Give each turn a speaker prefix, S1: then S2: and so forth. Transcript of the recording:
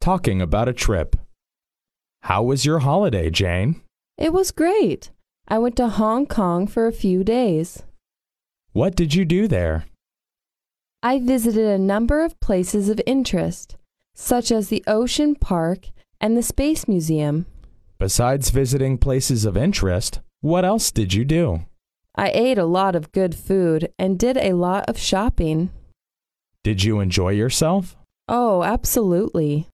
S1: talking about a trip. How was your holiday, Jane?
S2: It was great. I went to Hong Kong for a few days.
S1: What did you do there?
S2: I visited a number of places of interest, such as the Ocean Park and the Space Museum.
S1: Besides visiting places of interest, what else did you do?
S2: I ate a lot of good food and did a lot of shopping.
S1: Did you enjoy yourself?
S2: Oh, absolutely.